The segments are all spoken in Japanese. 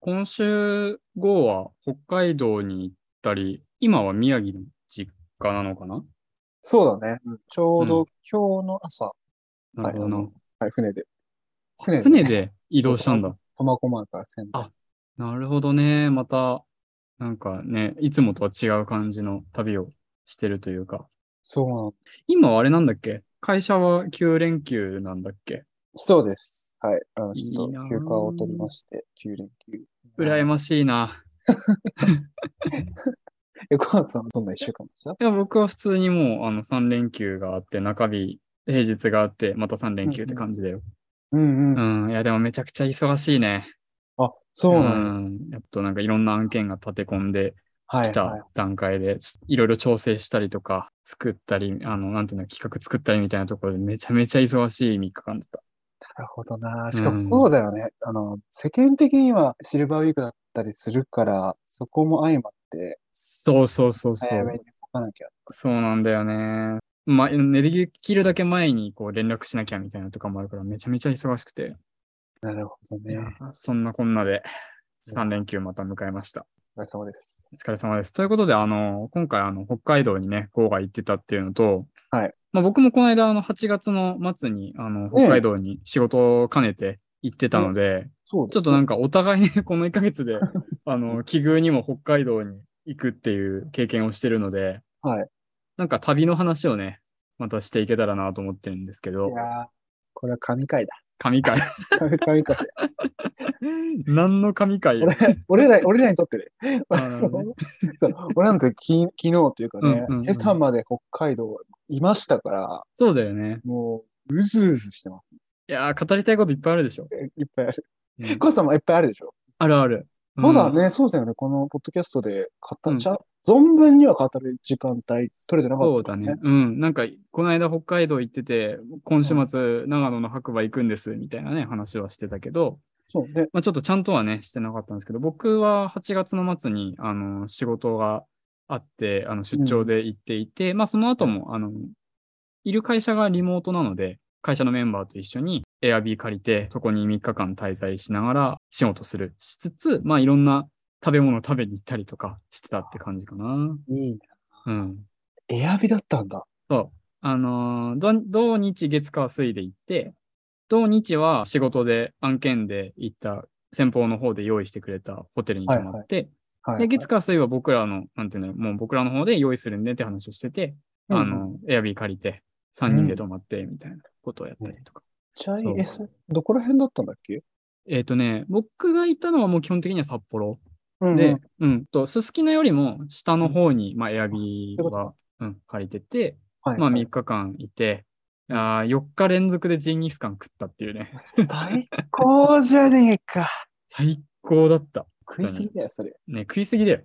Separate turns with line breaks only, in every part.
今週号は北海道に行ったり、今は宮城の実家なのかな
そうだね。ちょう
う
ど今日の朝、
なるほどな。
はいはい、船で、
あ
船で
船で移動したんだ。
苫小牧から仙台。
あなるほどね。また、なんかね、いつもとは違う感じの旅をしてるというか。
そうなの。
今はあれなんだっけ会社は9連休なんだっけ
そうです。はい。あの
い
ち
いな
ょ
ぁ
っと休暇を取りまして、9連休。
羨ましいな。
え、小松さんはどんな1週間でした
いや、僕は普通にもうあの3連休があって、中日、平日があって、また3連休って感じだよ。
うん
う。ん、いや、でもめちゃくちゃ忙しいね。
あ、そうなの。
んやっとなんかいろんな案件が立て込んで
は
き
いはい
た。段階で、ちょいろいろ調整したりとか、作ったり、あの、なんていうの、企画作ったりみたいなところで、めちゃめちゃ忙しい3日間だった。
なるほどな。しか
うん
もそうだよね。あの、世間的にはシルバーウィークだったりするから、そこも相まって、
そうそうそうそ
早めに
う。
動かなきゃ。
そうなんだよね。まあ、ねできるだけ前にこう連絡しなきゃみたいなとかもあるから、めちゃめちゃ忙しくて、
なるほど
い
ね。
やそんなこんなで3連休また迎えました。
お疲れ様です。
お疲れ様です。ということで、あの、今回、あの、北海道にね、郷が行ってたっていうのと、
はい。
まあ、僕もこの間、あの、8月の末に、あの、
ええ
北海道に仕事を兼ねて行ってたので、
そう
ちょっとなんか、お互いね、 この1ヶ月で、あ の、奇遇にも北海道に行くっていう経験をしてるので、
はい。
なんか、旅の話をね、またしていけたらなと思ってるんですけど
い、やーこれは神 回だ。
神 回。
神回だ。
何の神回よ
俺俺ら、俺らにとってね。
あなるほどね
そう俺なんてき昨日というかね、
うんうんうん
今朝まで北海道いましたから、
そうだよね。
もう、うずうずしてます。
いやー、語りたいこといっぱいあるでしょ。
いっぱいある。
うん
コウさんもいっぱいあるでしょ。
あるある。うん
まだね、そうだよね、このポッドキャストで語
うん
っちゃ、存分には語る時間帯取れてなかった、
そうだね。。うん。なんか、この間北海道行ってて、今週末、長野の白馬行くんです、みたいなね、話はしてたけど、
そうね。
まあ、ちょっとちゃんとはね、してなかったんですけど、僕は8月の末に、あの、仕事があって、あの、出張で行っていて、まあ、その後も、あの、いる会社がリモートなので、会社のメンバーと一緒に Airb 借りて、そこに3日間滞在しながら仕事するしつつ、まあ、いろんな食べ物食べに行ったりとかしてたって感じかな。
いいね。
うん。
エアビだったんだ。
そう。あのーど土日月火水で行って、土日は仕事で案件で行った先方の方で用意してくれたホテルに泊まって、
はい。
で、月火水は僕らの、なんていうの、もう僕らの方で用意するんでって話をしてて、
うんうん
あの、エアビー借りて、3人で泊まって、みたいなことをやったりとか。
チャ
そう
イ S、どこら辺だったんだっけ
えっ、とね、僕がいたのはもう基本的には札幌。
うんうん
で、うん、と、すすきのよりも下の方に、まあ、エアビ
そういう
ー
こと
は
か、
うん、借りてて、
はい、
まあ3日間いて、あ4日連続でジンギスカン食ったっていう ね、
最高じゃねえか。
最高だった。
食いすぎだよ、それ。
ね、食いすぎだよ。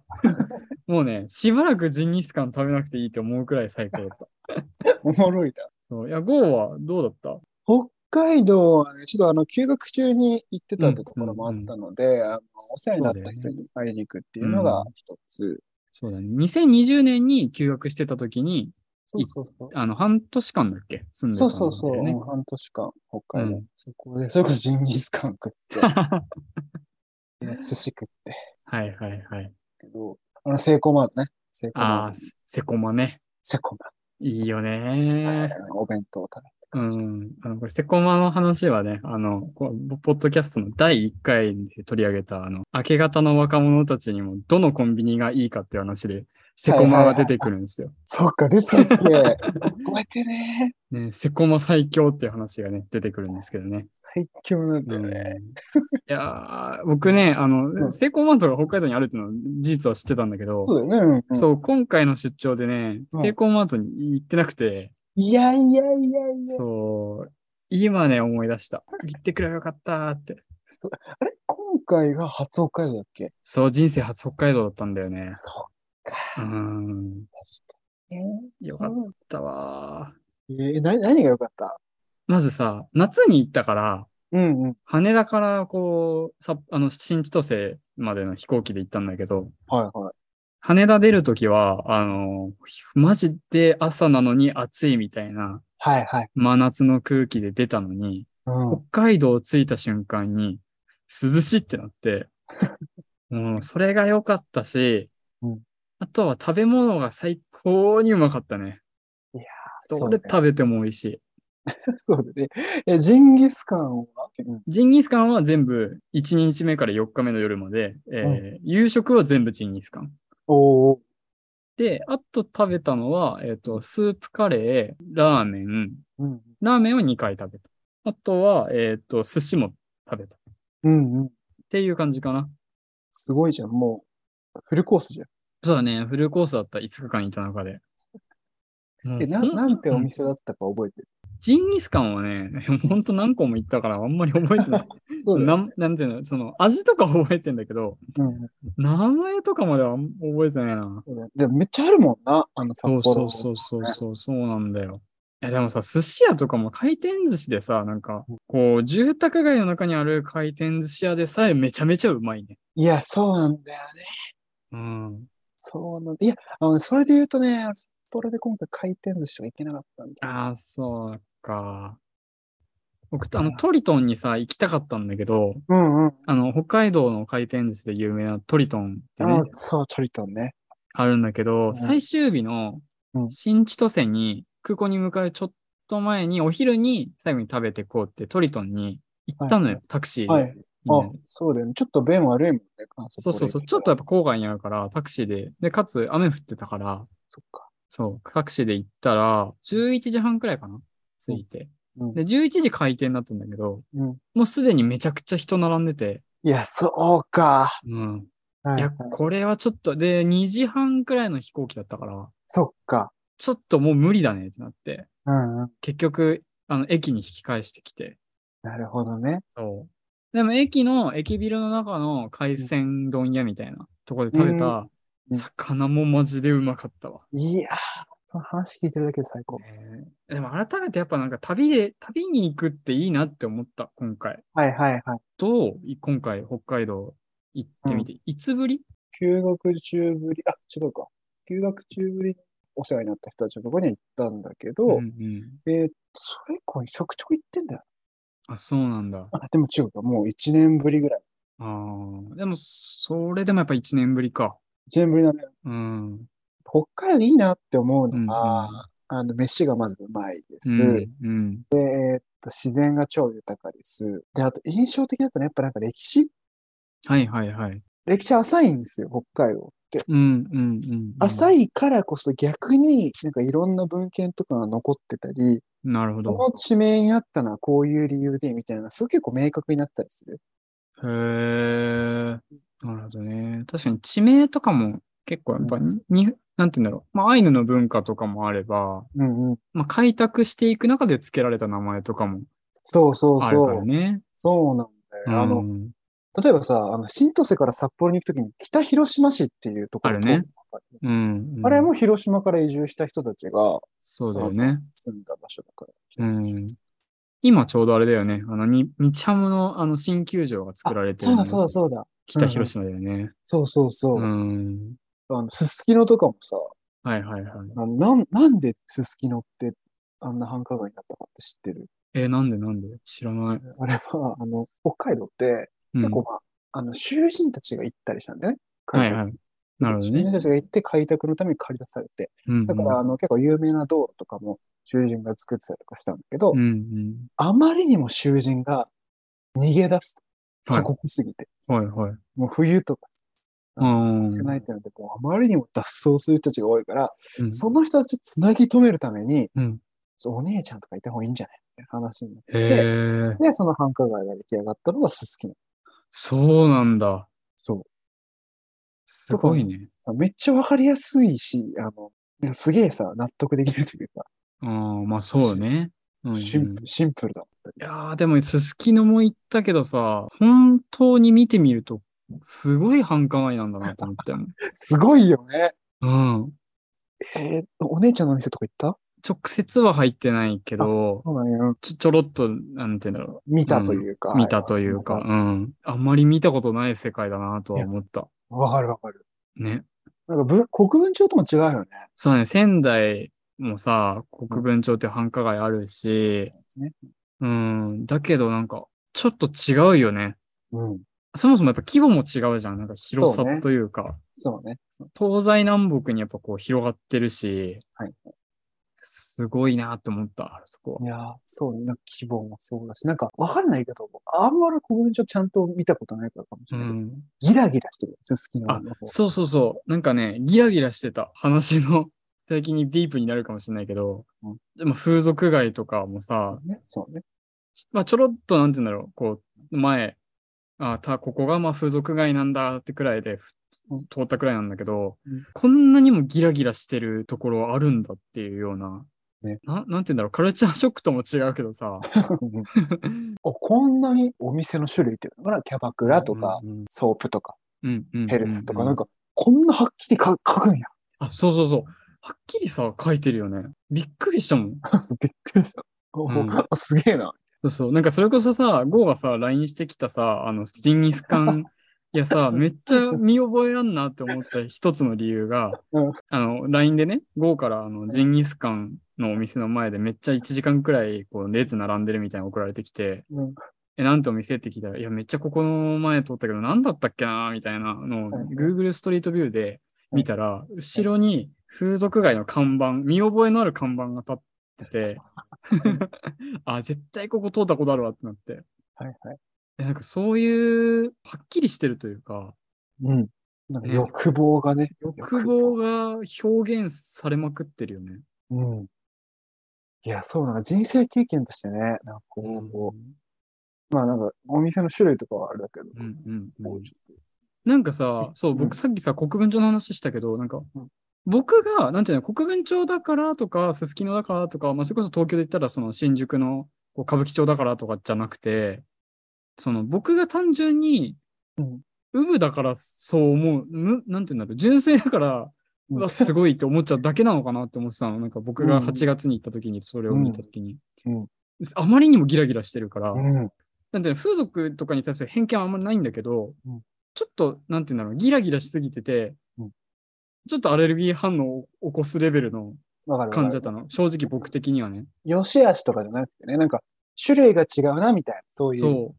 もうね、しばらくジンギスカン食べなくていいと思うくらい最高だった。
おもろいな。
そういや、ゴーはどうだった
北海道はね、ちょっとあの、休学中に行ってたってところもあったので、あのお世話になった人に会いに行くっていうのが一つ。
そうだね。2020年に休学してた時に、
そうそうそう。
あの、半年間だっけ住んでたん
そう
だ
そ
よ
うそう。う
ね
ん半年間、北海道、
うん
そこで、それこそジンギスカン食って、寿司食って。
はいはいはい。
けど、あの、セイコーマートね。セイコーマ
あ
ー
あ
ト。、
セコマね。
セコマ
いいよ
ー
ね
ト。あのお弁当を食べて
う
感じ。
ん。あの、これ、セコマの話はね、あの、こうポッドキャストの第1回で取り上げた、あの、明け方の若者たちにも、どのコンビニがいいかっていう話で、セコマが出てくるんですよ。
そっか、出て たっけ。覚えてね。
ね、セコマ最強っていう話がね、出てくるんですけどね。
最強なんだ
う
よ
ん、い
ね。
やー、僕ね、あの、
うん
セコマとか北海道にあるっていうのは事実は知ってたんだけど、
そうだよね。うん、。
そうう、今回の出張でね、
うん
セイコーマートに行ってなくて、
いやいやいやいや。
そう、今ね、思い出した。行ってくればよかったーって。
あれ今回が初北海道だっけ
そう、人生初北海道だったんだよね。
か
うーん。
え
よかったわー。
えー、な何が良かった
まずさ、夏に行ったから、
うんうん。
羽田からこう、さあの、新千歳までの飛行機で行ったんだけど、
はいはい。
羽田出るときは、あの、マジで朝なのに暑いみたいな
はいはい。
真夏の空気で出たのに、
うん。
北海道着いた瞬間に涼しいってなって、うん、それが良かったし、
うん
あとは食べ物が最高にうまかったね。どれ食べても美味しい。
そうだね。え、ジンギスカンは、うん
ジンギスカンは全部1日目から4日目の夜まで、えー夕食は全部ジンギスカン。
おー
で、あと食べたのは、えっ、と、スープカレー、ラーメン、
うん。
ラーメンは2回食べた。あとは、えっ、と、寿司も食べた。っ
うんうん。
ていう感じかな。
すごいじゃん。もう、フルコースじゃん。
そうだね、フルコースだった、5日間いた中で。もう
え、な
ほん
なんてお
うん
店だったか覚えてる。
ジンギスカンはね、ほんと何個も行ったからあんまり覚えてない。
そうだね
なんなんていうの、その味とか覚えてんだけど、
うんうん
名前とかまではあん覚えてないな。
そうだねでもめっちゃあるもんな、あの札
そ
幌。
うそうそうそうそう、そうなんだよ。いやでもさ、寿司屋とかも回転寿司でさ、なんか、こう、住宅街の中にある回転寿司屋でさえめちゃめちゃうまいね。
いや、そうなんだよね。
うん。
そうなんいや、あの、それで言うとね、あの札幌で今回回転寿司とか行けなかったんだ。
ああ、そうか。僕、あの、トリトンにさ、行きたかったんだけど、
うんうん。
あの、北海道の回転寿司で有名なトリトンってね
あ、そう、トリトンね。
あるんだけど、
ん
最終日の
うん
新千歳に空港に向かうちょっと前にお昼に最後に食べてこうってトリトンに行ったのよ、タクシーで。
はい
みん
あ
なで、
そうだよね。ちょっと便悪いもんね。あ
そうそうそう、ちょっと。やっ
札幌行
ぱ郊外にあるから、タクシーで、で、かつ雨降ってたから、
そっか。
そう、タクシーで行ったら、11時半くらいかな、着いて。
うん
で、11時開店だったんだけど、
うん
もうすでにめちゃくちゃ人並んでて、
いや、そうか。
うん。
はいい
や、
はい、
これはちょっと、で、2時半くらいの飛行機だったから、
そっか。
ちょっともう無理だねってなって。
うんうん。
結局、あの、駅に引き返してきて。
なるほどね。
でも、駅の、駅ビルの中の海鮮丼屋みたいなとこで食べた
うん
魚もマジでうまかったわ。
いやー、その話聞いてるだけで最高。
でも、改めてやっぱなんか旅で、旅に行くっていいなって思った、今回。
はいはいはい。
どうい今回、北海道行ってみて、いつぶり
休学中ぶり、あ、違うか。休学中ぶりにお世話になった人たちのところには行ったんだけど、
んん
えーそれ以降にちょくちょく行ってんだよ。
あ、そうなんだ。
あ、でも違うか。もう1年ぶりぐらい。
あーでも、それでもやっぱ1年ぶりか。
1年ぶりだね。
うん。
北海道いいなって思うのが、
うん
あの、飯がまずうまいで
う
す。
ん。うん。
と自然が超豊かです。で、あと印象的だったのはやっぱなんか歴史、
はいはいはい。
歴史浅いんですよ、北海道って。
うんうんうん。
浅
い。
いからこそ逆になんかいろんな文献とかが残ってたり、
なるほど。
この地名にあったのはこういう理由でみたいなのがすごい結構明確になったりする。
へえ、なるほどね。確かに地名とかも結構やっぱに、になんて言うんだろう。まあ、アイヌの文化とかもあれば、
うんうん。
まあ、開拓していく中で付けられた名前とかも
そうそう
ある
そ
から
う。
ね。
そうなんだよ。あ
う
の、
ん
例えばさ、あの、新千歳から札幌に行くときに北広島市っていうところ
あるね
通ったことる。
うん、うん
あれも広島から移住した人たちが
そうだよね。
住んだ場所だから。
うん。今ちょうどあれだよね。あの、に日ハムのあの新球場が作られてる
そう
の
だそうだそうだ。
北広島だよね。
そうそうそう。
うん。
あの、すすきのとかもさ、
はいはいはい。
あのなん、なんでススキノってあんな繁華街になったかって知ってる
えーなんでなんで知らない。
あれは、あの、北海道って
うん
結構、まあ、あの、囚人たちが行ったりしたんだよね。
はいはい。なるほど
囚
ね
人。たちが行って開拓のために借り出されて。
うん
だから、あの、結構有名な道路とかも囚人が作ってたりとかしたんだけど、
うんうん。
あまりにも囚人が逃げ出す。
は
過
い
酷すぎて。
はいはい。
もう冬とか
うん。
少ないってなって、こうあまりにも脱走する人たちが多いから、
うん
その人たちをつなぎ止めるために、
うん
お姉ちゃんとかいた方がいいんじゃないって話になって、
へえ、
で、その繁華街が出来上がったのがすすきの。
そうなんだ。
そう
すごいね。
さ。めっちゃわかりやすいし、あの、なんかすげえさ、納得できるというか、
ああ、まあそうね。うんうん、い
シンプル、シンプルだったり。
やーでも、すすきのも行ったけどさ、本当に見てみると、すごい繁華街なんだなと思ったよね。
すごいよね。
うん。
えーお姉ちゃんの店とか行った
直接は入ってないけど、
そうなんよ。
ちょ、ちょろっと、なんて言うんだろ
見たというか。
う。見たというか、うん。あんまり見たことない世界だなとは思った。
わかるわかる。
ね。
なんかぶ、国分町とも違うよね。
そうだね、仙台もさ、国分町って繁華街あるし、
ですね
うん、だけどなんか、ちょっと違うよね。
うん。
そもそもやっぱ規模も違うじゃん。なんか広さ
そうね
というか、
そうね。そう
東西南北にやっぱこう広がってるし、
はい。
すごいなって思った、そこ
い
は。
やーそうね。なんか規模もそうだし、なんかわかんないけど、あんまりこのちょちゃんと見たことないからかもし
う
れないけど。
ん。
ギラギラしてるんですよ、好きなの方。
そうそうそう。なんかね、ギラギラしてた話の先にディープになるかもしれないけど、
うん
でも風俗街とかもさ、
ね。そうね。
まあ、ちょろっとなんて言うんだろう、こう、前、あた、ここがまあ風俗街なんだってくらいでふ
うん
通ったくらいなんだけど、
うん
こんなにもギラギラしてるところあるんだっていうような、
ね
ななんて言うんだろう、カルチャーショックとも違うけどさ、
おこんな にお店の種類っていうのかなキャバクラとか、
うんうん
ソープとか、
うんうんうんうん
ヘルスとか、なんか、こんなはっきりか書くんや。
あ、そうそうそう。はっきりさ、書いてるよね。びっくりしたもん。
そうびっくりした。お
うん
あすげえな。
そうそう。なんかそれこそさ、ゴーがさ、LINE してきたさ、あの、ジンギスカンいや さ、めっちゃ見覚えあんなって思った一つの理由が
うん、
あの、LINE でね、ゴーからあのジンギスカンのお店の前でめっちゃ1時間くらいこう列並んでるみたいなの送られてきて、
うん
え、なんてお店って聞いたら、いや、めっちゃここの前通ったけど、なんだったっけなみたいなのを
はい
Google ストリートビューで見たら、後ろに風俗街の看板、見覚えのある看板が立って て、あ、絶対ここ通ったことあるわってなって。
はいはい。
えなんかそういう、はっきりしてるというか、
うん。なんか
ね
欲望がね。
欲望が表現されまくってるよね。
うん。いや、そうなんか人生経験としてね、なんかこう、まあなんかお店の種類とかはあれだけど、
うんうんうん
こうちょっ
なんかさ、そう、
うん
僕さっきさ、国分町の話したけど、なんか
うん、
僕が、なんていうの、国分町だからとか、すすきのだからとか、まあ、それこそ東京で言ったら、その新宿のこう歌舞伎町だからとかじゃなくて、その僕が単純に
うん、
ウブだからそう思う、むなんていうんだろう、純粋だから、
うん
うわ、すごいって思っちゃうだけなのかなって思ってたの。なんか僕が8月に行った時に、それを見た時に
うんうん。
あまりにもギラギラしてるから、
とうん。
なんていうの風俗とかに対する偏見はあんまりないんだけど、
うん
ちょっと、なんていうんだろう、ギラギラしすぎてて、
うん
ちょっとアレルギー反応を起こすレベルの
わかるわかる。
感じだったの。正直僕的にはね。
良し悪しとかじゃなくてね、なんか種類が違うなみたいな、そういう。
そ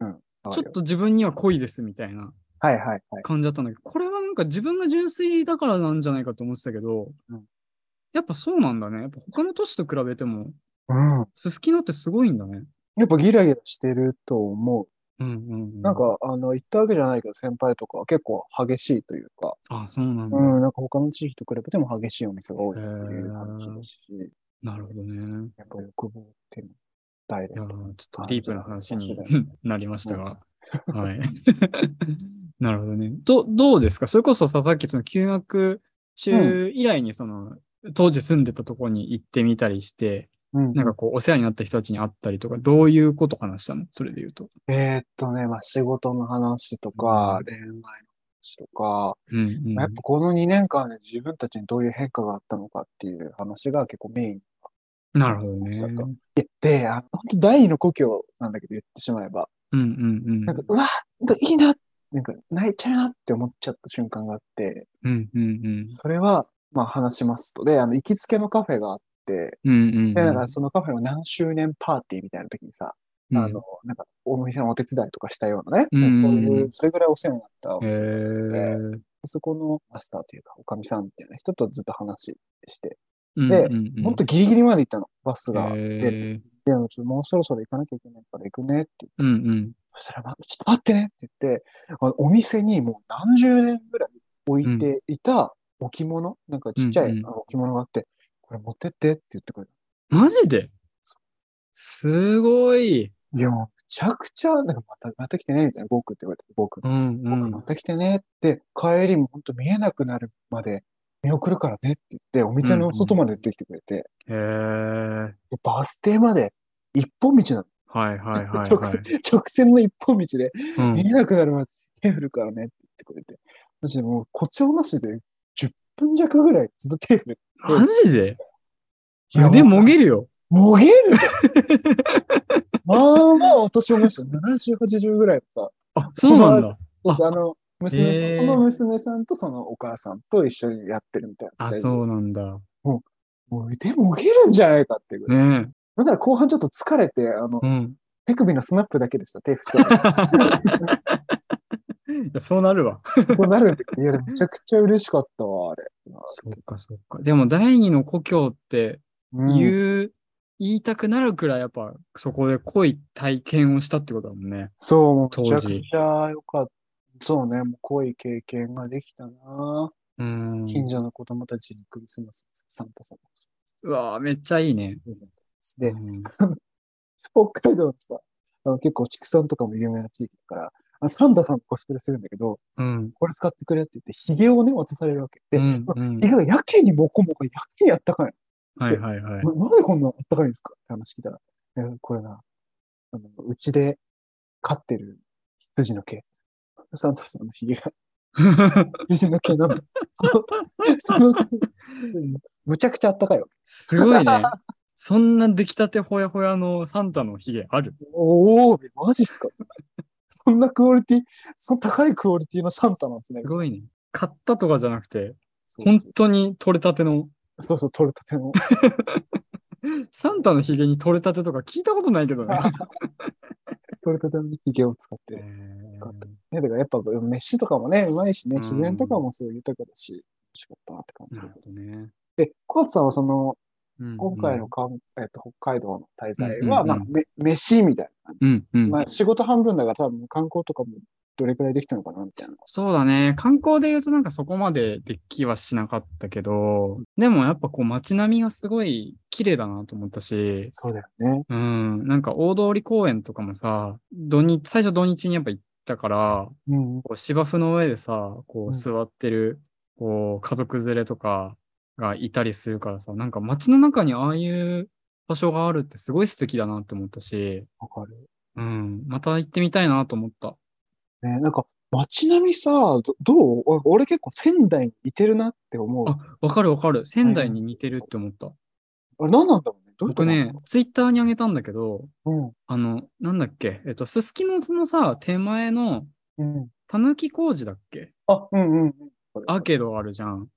うう。ちょっと自分には濃いですみたいな
はいはいはい。
感じだったんだけど、これはなんか自分が純粋だからなんじゃないかと思ってたけど、
うん
やっぱそうなんだね。やっぱ他の都市と比べても、
うん。
すすきのってすごいんだね。
やっぱギラギラしてると思う。
うんうん、うん。
なん、か、あの、言ったわけじゃないけど、先輩とかは結構激しいというか、
あ、そうなんだ。
うん、なんか他の地域と比べても激しいお店が多いっていう話だし、
なるほどね。
やっぱ欲望っていうの、ダイレ
いやー
クト
ち
に
ょっとディープな話に なりましたが。 はい。なるほどね。ど、どうですかそれこそさ、さっきその休学中以来にその、当時住んでたとこに行ってみたりして、
うん
なんかこう、お世話になった人たちに会ったりとか、どういうこと話したのそれで言うと。
えーっとね、まあ仕事の話とか
うん、
恋愛の話とか、
うん、うん。
まあやっぱこの2年間で自分たちにどういう変化があったのかっていう話が結構メイン
なるほどね。
なんかで、で、あ本当第二の故郷なんだけど言ってしまえば、
うんうんうん。
なんか、うわ、いいな、なんか泣いちゃうなって思っちゃった瞬間があって、
うんうんうん。
それは、まあ話しますと。で、あの、行きつけのカフェがあって、
うんうんうん。
で、なんかそのカフェの何周年パーティーみたいな時にさ、
うん、
あの、なんかお店のお手伝いとかしたようなね、
うんうんうん
そういう、それぐらいお世話になったお
へ
店
ー
そこのマスターというか、おかみさんみたいな人とずっと話して、
うん
で
うんうん
ほんとギリギリまで行ったの、バス
へ
が。で、
ー
でもちょっともうそろそろ行かなきゃいけないから行くねって言って
うんうん。
そしたら、まちょっと待ってねって言って、あのお店にもう何十年ぐらい置いていた置物、なんかちっちゃい、
うんうん
あの置物があって、これ持ってってって言ってくれた。
マジで
そ
すごい。
いや、もう、めちゃくちゃ、なんかまた、また来てねみたいな、僕って言われて、僕、
うんう
僕
ん
ま。た来てねって、帰りも本当見えなくなるまで見送るからねって言って、お店の外まで出てきてくれて、
へえ。はい
でバス停まで一本道なの。
はいはいはい。
直線、直線の一本道で、
うん
見えなくなるまで手振るからねって言ってくれて。マジでもう誇張なしで10分弱ぐらいずっと手振る。
マジで
いや
腕もげるよ。
もげるまあまあお年をました。70、80ぐらいのさ。
あ、そうなん だ。
そうそうあの、娘さん、
へー
その娘さんとそのお母さんと一緒にやってるみたいな。
あ、そうなんだ。
もう腕もげるんじゃないかっていうぐらい。
ね
だから後半ちょっと疲れて、あの、
え。うん。
手首のスナップだけでした、手普通に。
いやそうなるわ。
そうなるんだけどいや、でもめちゃくちゃ嬉しかったわ、あれ。
そうか、そうか。でも、第二の故郷って
うん
言う、言いたくなるくらい、やっぱ、そこで濃い体験をしたってことだもんね。
そう、もう
当
めちゃ
時
くちゃ良かった。そうね、もう濃い経験ができたな。
うん。
近所の子供たちにクリスマスサンタさんの
うわぁ、めっちゃいいね。
プレゼントです。で
う、ん
北海道のさ、あの結構畜産とかも有名な地域だから、あのサンタさんのコスプレするんだけど、
うん。
これ使ってくれって言って、ヒゲをね、渡されるわけ。で、
うん
まあ
うん
ヒゲがやけにもこもこ、やけにあったかい
はいはい はい。
の。ななんでこんなあったかいんですかって話聞いたら、えこれな、あの、うちで飼ってる羊の毛。サンタさんのヒゲが羊の毛なの。その、その、むちゃくちゃあったかいわけ。
すごいね。そんな出来たてほやほやのサンタのヒゲある
おお、マジっすか。そんなクオリティ、その高いクオリティのサンタなんですね
す。ごいね。買ったとかじゃなくて、
そう
本当に取れたての、
そうそう、取れたての。
サンタのヒゲに取れたてとか聞いたことないけどね。
取れたてのヒゲを使って。ね、だからやっぱ飯とかもね、うまいしね、自然とかもすごい豊かだし、美味しかったなって感じ
なる。ほどね。
で、コーツさんはその、
うん
今回のかん、えっと北海道の滞在
うんうん
は、
うん
まあ、め飯みたいな感
うんう
じ。
ん。
まあ、仕事半分だから多分観光とかもどれくらいできたのかなみたいな。
そうだね。観光で言うとなんかそこまでデッキはしなかったけど、でもやっぱこう街並みがすごい綺麗だなと思ったし、
そうだよね。
うん、なんか大通公園とかもさ、土日、最初土日にやっぱ行ったから、
うん。
こう芝生の上でさ、こ
うん
う座ってる、こう家族連れとかがいたりするからさ、なんか街の中にああいう場所があるってすごい素敵だなって思ったし、
わかる。
うん、また行ってみたいなと思った。
ね、なんか街並みさ、どどうお俺結構仙台に似てるなって思う。あ
あわかるわかる。仙台に似てるって思った。
れ何なんだろうね。どういう
僕
とこなんだ
ね、ツイッターにあげたんだけど、
ろ
あの、なんだっけ、えっと、すすきのそのさ、手前の、
う。うん。うん。
たぬき工事だっけ
あ、うんうんうん。
アーケードがあるじゃん。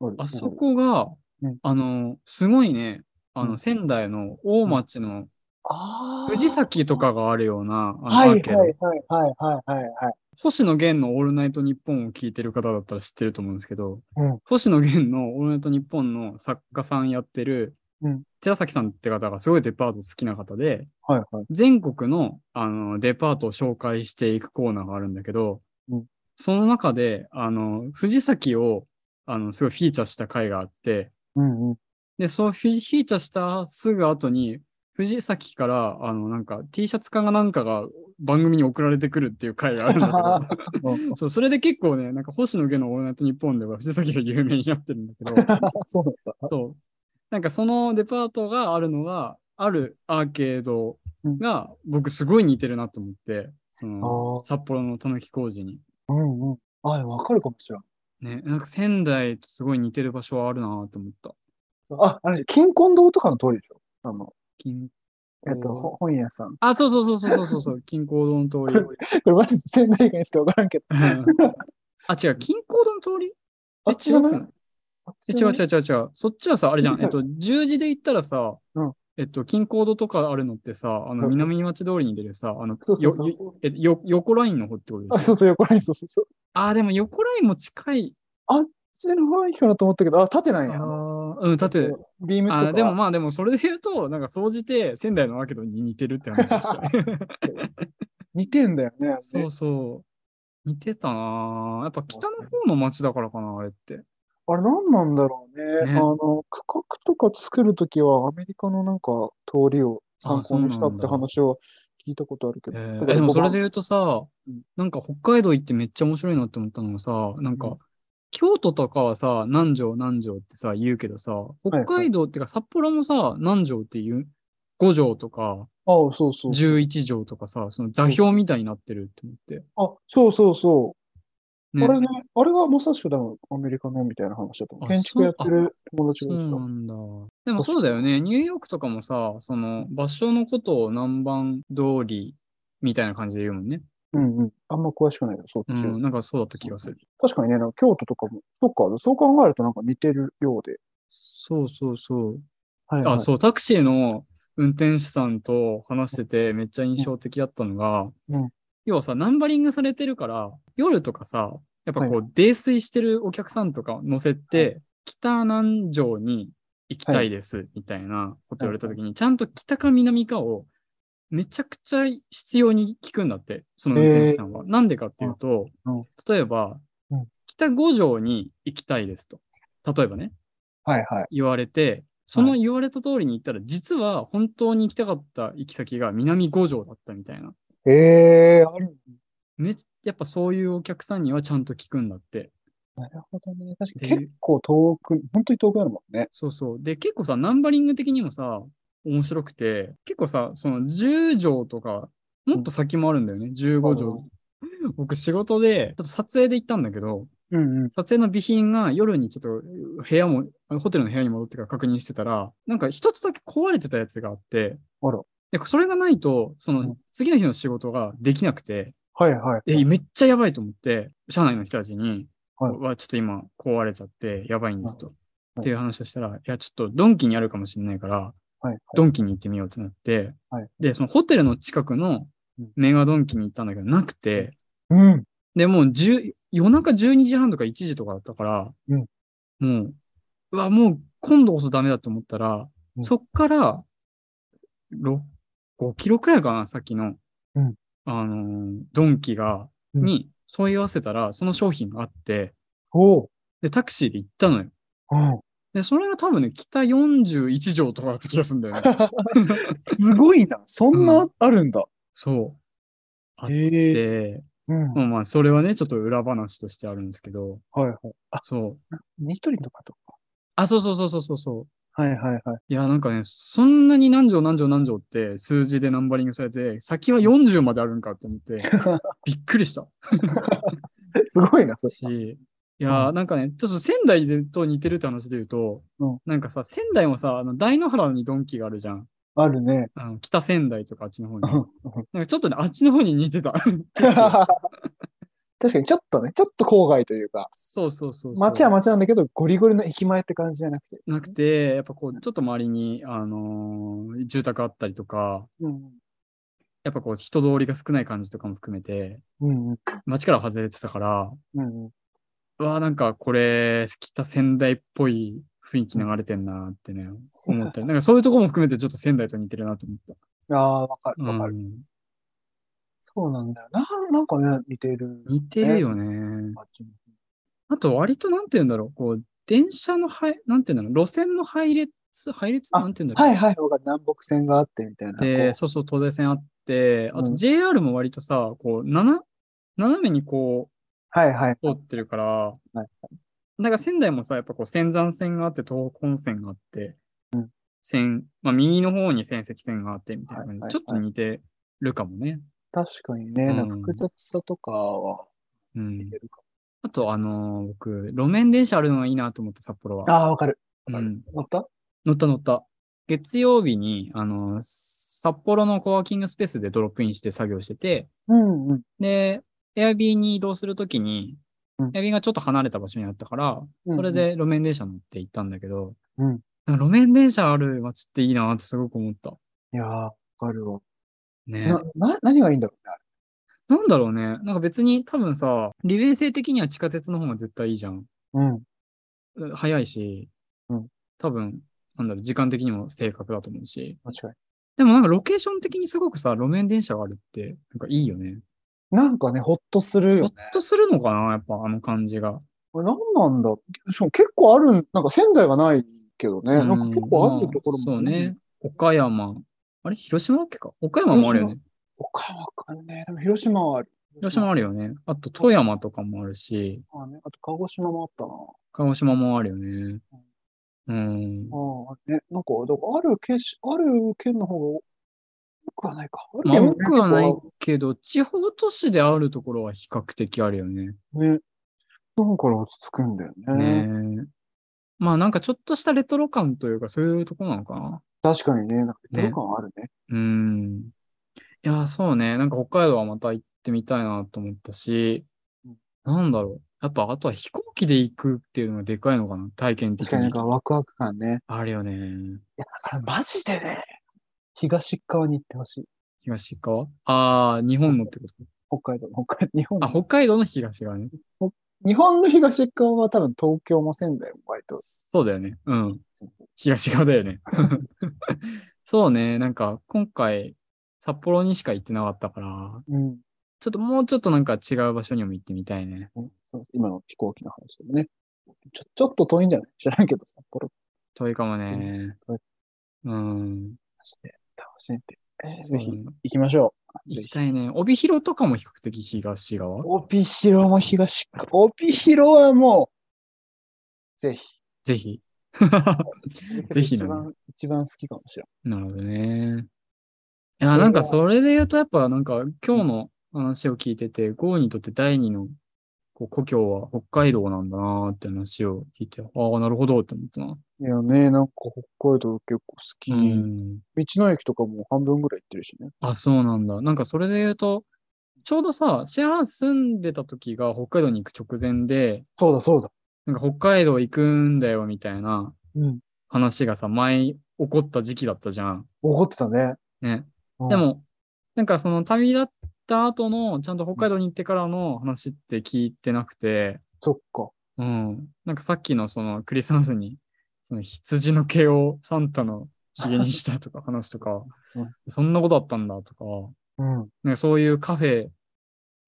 ある
あそこが
うん、
あの、すごいね、あ
うん
の、仙台の大町の
ああ。
藤崎とかがあるような、あの
は
ア
い
ーケー
はい
ド。
はいはいはいはいはい。
星野源のオールナイトニッポンを聞いてる方だったら知ってると思うんですけど
うん、
星野源のオールナイトニッポンの作家さんやってる
うん、
寺崎さんって方がすごいデパート好きな方で、
はいはい。
全国のあのデパートを紹介していくコーナーがあるんだけど、
うん
その中であの藤崎をあのすごいフィーチャーした回があって
うんうん。
でそうフィフィーチャーしたすぐ後に藤崎からあのなんか T シャツかなんかが番組に送られてくるっていう回があるんだけ どそうそれで結構ねなんか星野源の「オールナイトニッポン」では藤崎が有名になってるんだけど。
そうなんだ。
そう。なんかそのデパートがあるのが、あるアーケードが僕すごい似てるなと思って、その
あ
札幌のたぬき工事に。
あ。うんうん。あでもわかるかもしれん。
ね、なんか仙台とすごい似てる場所はあるなと思った。
あ、あれ、金婚堂とかの通りでしょあの、
金
えっと、ほ本屋さん。
あ、そうそうそうそうそうそうそう、金光堂の通り。
これマジで仙台以外にしてわからんけど。
あ、違う、金光堂の通り
あっちじゃない
ええ違う違う違う違う。そっちはさ、あれじゃん。
藤
えっ
崎
と、十字で言ったらさ、
うん
えっと、金光堂とかあるのってさ、あの、
うん
南町通りに出るさ、あの、
そうそうそ
よよ
う。
えよ横ラインの方ってことでしょ
あ、そうそう、横に、そうそうそう。
ああ、でも横ラインも近い。
そっちの方がいいかなと思ったけど、あ、縦な
あ
んや。
ーうん、だって、
ビームス
あ
と
ー
か。
でもまあでもそれで言うと、なんか総じて仙台のアーケードに似てるって話で したね。
似てんだよね。
そ
ね
うそう。似てたなーやっぱ北の方の町だからかな、あれって。
あれ何なんだろうね。
ね
あの、価格とか作るときはアメリカのなんか通りを参考にした
あそ
って
うなんだ
話を聞いたことあるけ
え
ど。
ー
だから
でもそれ
5
で
番
言うとさ
うん、
なんか北海道行ってめっちゃ面白いなって思ったのがさ、なん
う
か、京都とかはさ、南条南条ってさ、言うけどさ、北海道ってか札幌もさ、南条っていう、五条とか、
あそうそう。
11条とかさ、その座標みたいになってるって思って。
あ、そうそうそ
ね
う。あれね、あれがモサッシュだのアメリカのみたいな話だと思う。
あ
建築やってる友達
そ
が
う
いた。
なんだ。でもそうだよね。ニューヨークとかもさ、その場所のことを南蛮通りみたいな感じで言うもんね。
うんうん。あんま詳しくないけど、そっ
う
ち。
ん、なんかそうだった気がする。
確かにね、なんか京都とかも、そっか、そう考えるとなんか似てるようで。
そうそうそう。
はい、
あ、そう、タクシーの運転手さんと話しててめっちゃ印象的だったのが、
うん
要はさ、ナンバリングされてるから、夜とかさ、やっぱこ
は
う、泥酔してるお客さんとか乗せて、
は
北南城に行きたいです、みたいなこと言われた時に、ちゃんと北か南かをめちゃくちゃ必要に聞くんだって、その運転手さんは。なんでかっていうと、
うん
例えば、
うん
北五条に行きたいですと。例えばね。
はいはい。
言われて、その言われた通りに行ったら、実は本当に行きたかった行き先が南五条だったみたいな。
ええある。
めっやっぱそういうお客さんにはちゃんと聞くんだって。
なるほどね。確か
で
に結構遠く、本当に遠くなるもんね。
そうそう。で、結構さ、ナンバリング的にもさ、面白くて、結構さ、その10条とか、もっと先もあるんだよね、15条。僕仕事で、ちょっと撮影で行ったんだけど、
うんうん。
撮影の備品が夜にちょっと部屋も、ホテルの部屋に戻ってから確認してたら、なんか一つだけ壊れてたやつがあって、
あら
でそれがないと、そうの
ん
次の日の仕事ができなくて、
はいはい。
え、めっちゃやばいと思って、社内の人たちに、
はい
はちょっと今壊れちゃってやばいんですと。
い
っていう話をしたら、いや、ちょっとドンキにあるかもしれないから、
はいはい。
ドンキに行ってみようってなって、
はい
で、そのホテルの近くの
うん
メガドンキに行ったんだけど、なくて、
うん。
で、もう10夜中12時半とか1時とかだったから、
うん
もう、うわ、もう今度こそダメだと思ったら、
うん
そっから、ろ5キロくらいかな、さっきの、
うん
あのードンキが、
うん
に問い合わせたら、その商品があって、
おう。
で、タクシーで行ったのよ。
うん。
で、それが多分ね、北41条とかだった気がするんだよね。
すごいな。そん
う
なあるんだ。
そう。あっ
ええ
で、
うん。
まあまあ、それはね、ちょっと裏話としてあるんですけど、
はいはい。あ、
そう。
ニトリとかとか。
あ、そうそうそうそうそうそう。
はいはいはい。
いや、なんかね、そんなに何条何条何条って数字でナンバリングされて、先は40まであるんかって思 って、びっくりした
すごいな、それ。
し、いやー、なんかね、ちょっと仙台でと似てるって話で言うと、
うん
なんかさ、仙台もさ、あの、大野原にドンキがあるじゃん。
あるね。
あの北仙台とかあっちの方に。
うん
なんかちょっとね、あっちの方に似てた。
確かにちょっとね、ちょっと郊外というか、
そうそうそうそう。
街は街なんだけど、ゴリゴリの駅前って感じじゃなくて。
なくて、やっぱこう、ちょっと周りに、あのー住宅あったりとか、
うん。
やっぱこう、人通りが少ない感じとかも含めて、
うんうん。
街から外れてたから、
うんうん。
うわあ、なんかこれ、北仙台っぽい雰囲気流れてんなーってね、思ったり、なんかそういうとこも含めてちょっと仙台と似てるなと思っ
ああ、わかる
た。
わかる、
うん
そうなんだよな。なんかね、似てる。
似てるよね。
あっちも
あと割となんて言うんだろう、こう、電車の配、なんて言うんだろう、路線の配列、配列
あ
なんて言うんだろ
はいはい、わかる。南北線があってみたいな。
う。で、
こ
そうそう、東西線あって、あ
う
と
ん
JR も割とさ、こう、斜斜めにこ
うはいはい。
う、通ってるから、
はい
なんか仙台もさ、やっぱこう、仙山線があって、東北本線があって、
うん
線、まあ、右の方に仙石線があってみたいな感じで、
はいはい
ちょっと似てるかもね。
確かにね、
うん
なんか複雑さとかは
うん
似て。るか
あと、あのー僕、路面電車あるのがいいなと思って、札幌
も。
は。
ああ、わかる。
う
わかる
ん、
乗った
乗った乗った。月曜日に、あのー札幌のコワーキングスペースでドロップインして作業してて、
うんうん。
で、エアビーに移動するときに
うん、
エアビーがちょっと離れた場所にあったから、
うん
それで路面電車乗って行ったんだけど、
うん
なんか路面電車ある街っていいなってすごく思った。
いやー、わかるわ。
ね。
な、な、何がいいんだろうね、あれ。
なんだろうね。なんか別に多分さ、利便性的には地下鉄の方が絶対いいじゃん。
うん。
う早いし、
うん
多分、なんだろう、時間的にも正確だと思うし。
間違いない。
でもなんかロケーション的にすごくさ、路面電車があるって、なんかいいよね。
なんかね、ほっとする
ほ
よ
っ
ね。
とするのかなやっぱあの感じが。
これ何なんだしかも結構あるん、なんか仙台がないけどね。なんか結構あるところも。
うんまあそうね。。岡山。あれ広島だっけか岡山もあるよね。
岡山かね。でも広島はある。
広島あるよね。あと富山とかもあるし、
あね。あと鹿児島もあったな。
鹿児島もあるよね。うん。
ああ、ね。なんか、だからある県し、ある県の方が多くはないか。ある
まあ、
県も
多
ね
くはないけど、地方都市であるところは比較的あるよね。
ね。なんから落ち着くんだよね。
ねえまあなんかちょっとしたレトロ感というかそういうとこなのかな。
確かにね、なんかレトロ感あるね。
うん。いや、そうね。なんか北海道はまた行ってみたいなと思ったし
うん、
なんだろう。やっぱあとは飛行機で行くっていうのがでかいのかな。体験
確
的
かになん
に。
かワクワク感ね。
あるよね。
いや、だからマジでね、東側に行ってほしい。
東側ああ、日本のってこと
北海道の、北海日本
あ、
の、
北海道の東側ね。
日本の東側は多分東京も仙台も割と。
そうだよね。うん。東側だよね。 そうね。なんか、今回、札幌にしか行ってなかったから、
うん。
ちょっともうちょっとなんか違う場所にも行ってみたいね。
ねそう今の飛行機の話でもね。ちょ、ちょっと遠いんじゃない知らんけど、札幌
遠いかもね。うん。
して楽しんで。えーぜひ
そうね
行きましょう。
行きたいね。帯広とかも比較的東側
帯広も東か。帯広はもう、ぜひ。
ぜひ。 ぜ
ぜ
ひ
ひ一
だね
番、一番好きかもしれ
なるほどね。いや、なんかそれで言うと、やっぱなんか今日の話を聞いてて、ゴーにとって第二のこう故郷は北海道なんだなーって話を聞いて、ああ、なるほどって思ったな。
ん。いやね、なんか北海道結構好き。
うん。
道の駅とかもう半分ぐらい行ってるしね。
あ、そうなんだ。なんかそれで言うと、ちょうどさ、シェアハウス住んでた時が北海道に行く直前で、
そうだそうだ。
なんか北海道行くんだよみたいな
うん。
話がさ、前起こった時期だったじゃん。
怒ってたね。
ね。
うん
で、も、なんかその旅立った後の、ちゃんと北海道に行ってからの話って聞いてなくて、
そっか。
うん。なんかさっきのそのクリスマスに、その羊の毛をサンタのヒゲにしたとか話とか
うん、
そんなことあったんだとか、
うん。
なんかそういうカフェ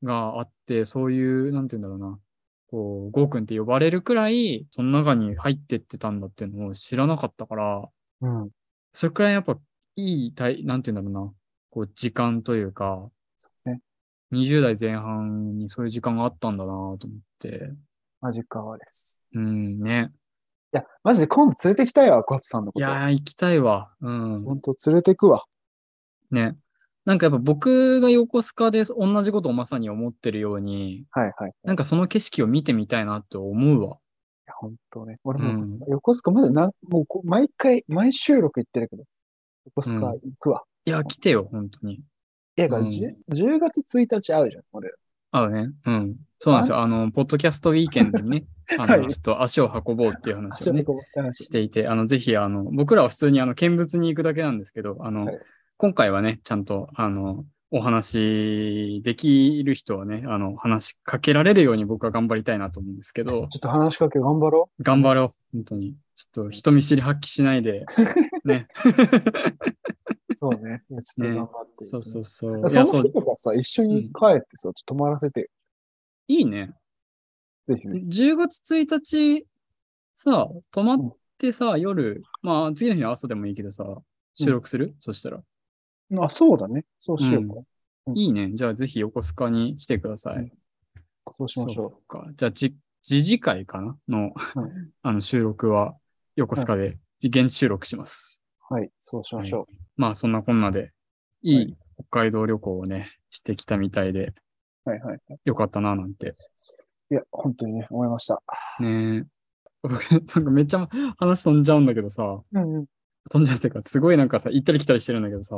があって、そういう、なんて言うんだろうな、こう、ゴーくんって呼ばれるくらい、その中に入ってってたんだっていうのを知らなかったから、
うん。
それくらいやっぱいい体、なんて言うんだろうな、こう、時間というか、
そうね。
20代前半にそういう時間があったんだなぁと思って。
マジカワです。
うん、ね。
いや、マジで今度連れてきたいわ、ゴッツさんのこ
い
と。
やー、行きたいわ。うん。
ほんと連れてくわ。
ね。なんかやっぱ僕が横須賀で同じことをまさに思ってるように、
はいはい。い
なんかその景色を見てみたいなって思うわ。
や、ほんとね。俺も
うん
横須賀、横須賀までな、もうこう毎回、毎収録行ってるけど、横須賀行くわ。
いや、来てよ、本当に。
いや、だか
う
ら
ん
10, 10月1日会うじゃん、俺ら。
合うね。うん。そうなんですよ。あの、ポッドキャストウィーケンドに ね、あの、
はい
ちょっと足を運ぼうっていう話をね、
こう話
していて、あの、ぜひ、あの、僕らは普通に、あの、見物に行くだけなんですけど、あの、
はい
今回はね、ちゃんと、あの、お話できる人はね、あの、話しかけられるように僕は頑張りたいなと思うんですけど、
ちょっと話しかけ頑張ろ
頑張ろう、本当に。ちょっと人見知り発揮しないで、 ね。
う。そう ね。ちょっと頑張って。
そうそううそう。い
そ
や、
の
そう
日、とかさ、一緒に帰ってさ、ちょっと泊まらせてよ、
いいね。
ぜひぜひ。
10月1日、さ、泊まってさ、夜、まあ、次の日の朝でもいいけどさ、収録する、そしたら。
あ、そうだね。そうしようか。うん
いいね。じゃあ、ぜひ横須賀に来てください。
うんそうしましょ
そうか。じゃあ、じ、次次回かなの、
い
あの、収録は横須賀で、現地収録します。
う。はい、そうしましょ
まあ、そんなこんなで、い
はい
北海道旅行をね、してきたみたいで、
う。はい、はい。
よかったな、なんて。
いや、本当にね、思いました。
ねえ。僕、なんかめっちゃ話飛んじゃうんだけどさ、
うんうん。
飛んじゃうっていうか、すごいなんかさ、行ったり来たりしてるんだけどさ、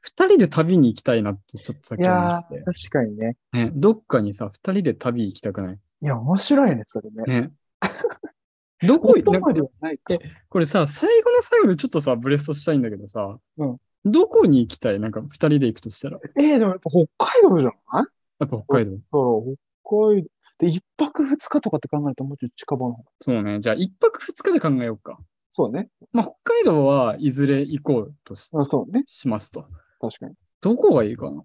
二、人で旅に行きたいなって、ちょっとさっ
い
き
や
思
ー
っ、て
確。かにね。
ね、どっかにさ、二人で旅行きたくない
いや、面白いね、それね。
ね。どこ行
言
なんか
葉ではないか。
これさ、最後の最後でちょっとさ、ブレストしたいんだけどさ、
うん
どこに行きたいなんか二人で行くとしたら。
えー、でもやっぱ北海道じゃない
やっぱ北海道。
そう、北海道。で、一泊二日とかって考えるともうちょっと近場の方が。
そうね。じゃあ、一泊二日で考えようか。
そうね。
まあ、北海道はいずれ行こうとし
あそうね。
しますと。
確かに。
どこがいいかな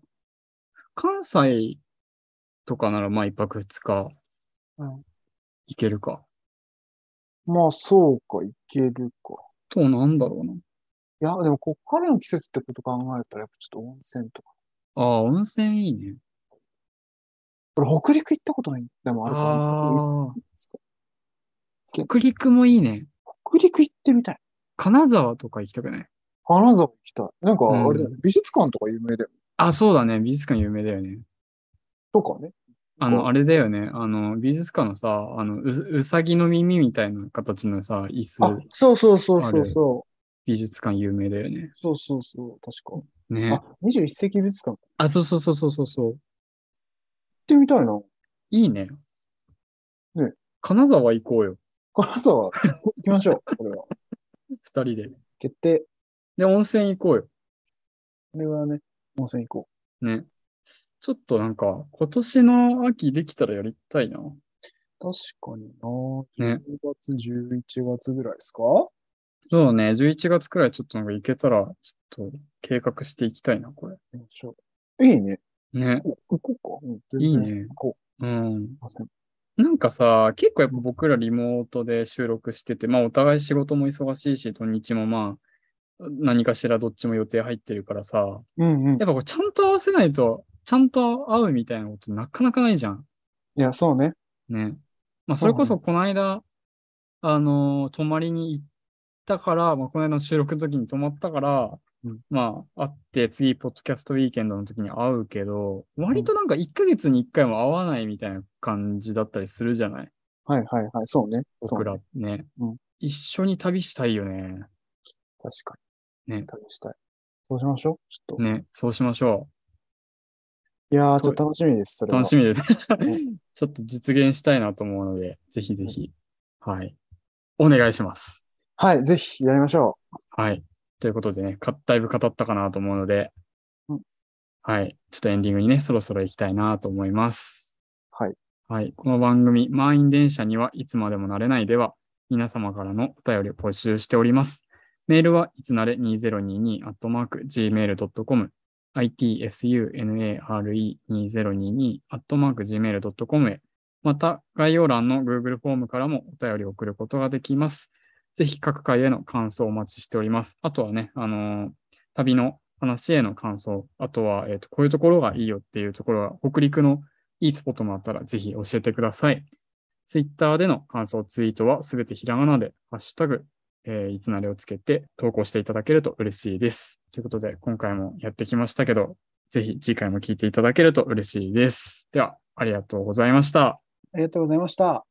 関西とかなら、まあ、一泊二日
うん
行けるか。
まあ、そうか、いけるか。
と、なんだろうな。
いや、でも、こっからの季節ってこと考えたら、やっぱちょっと温泉とか。
ああ、温泉いいね。
俺、北陸行ったことないんでもあるから行っ
あ
たんですけ
あ、北陸もいいね。
ど。北陸行ってみたい。
金沢とか行きたくない
金沢行きたい。なんか、
うん
あれだよね、美術館とか有名だよね。
あ、そうだね。美術館有名だよね。
とかね。
あ
こ
の、
う
あれだよね。あの、美術館のさ、あの、ううさぎの耳みたいな形のさ、椅
あ
子、、
そうそうそう
あ
そう
る
そ
美術館有名だよね
う。。そうそうそう、確か。
ね。
あ、21世紀美術館行っ
あ、そうそうそうそうそうそう。
てみたいな。
いいね。
ね
金沢行こうよ。
金 沢、行きましょう、これは。
二人で。
決定。
で、温泉行こうよ。
これはね、温泉行こ
ね。ちょっとなんか、今年の秋できたらやりたいな。
う。確かにな、
ね
10月、11月ぐらいですか
そうね、11月くらいちょっとなんか行けたら、ちょっと計画していきたいな、これ。
行きましょういいね。
ね。
行こう行こうか。うん
いいね。
行こ
うん。
うあでも
なんかさ、結構やっぱ僕らリモートで収録してて、まあお互い仕事も忙しいし、土日もまあ、何かしらどっちも予定入ってるからさ、
うんうん。
やっぱこうちゃんと合わせないと、ちゃんと合うみたいなことなかなかないじゃん。
いや、そうね。
ね。まあそれこそこの間、あのー泊まりに行ったから、まあこの間の収録の時に泊まったから、
うん
まあ会って次、ポッドキャストウィーケンドの時に会うけど、割となんか1ヶ月に1回も会わないみたいな感じだったりするじゃない
はいはいはい。そうね。そう
僕
ね
らね、
うん
一緒に旅したいよね。
確かに。
ね
旅したい。そうしましょう。ちょっと。
ね、そうしましょ。
いやー、ちょっと楽しみです。そうれは
楽しみです。
ね
ちょっと実現したいなと思うので、ぜひぜひ、はい。お願いします。
はい、ぜひやりましょ
はい。ということでね、かだいぶ語ったかなと思うので、
うん
はい。ちょっとエンディングにね、そろそろ行きたいなと思います。
はい。
はい。この番組、満員電車にはいつまでもなれないでは、皆様からのお便りを募集しております。メールはいつなれ 2022-gmail.com、itsunare2022-gmail.com へ、また概要欄の Google フォームからもお便りを送ることができます。ぜひ各回への感想をお待ちしております。あとはね、あのー旅の話への感想、あとは、えーと、こういうところがいいよっていうところは、北陸のいいスポットもあったら、ぜひ教えてください。ツイッターでの感想、ツイートはすべてひらがなで、ハッシュタグ、えーいつなれをつけて投稿していただけると嬉しいです。ということで、今回もやってきましたけど、ぜひ次回も聞いていただけると嬉しいです。では、ありがとうございました。
う。ありがとうございました。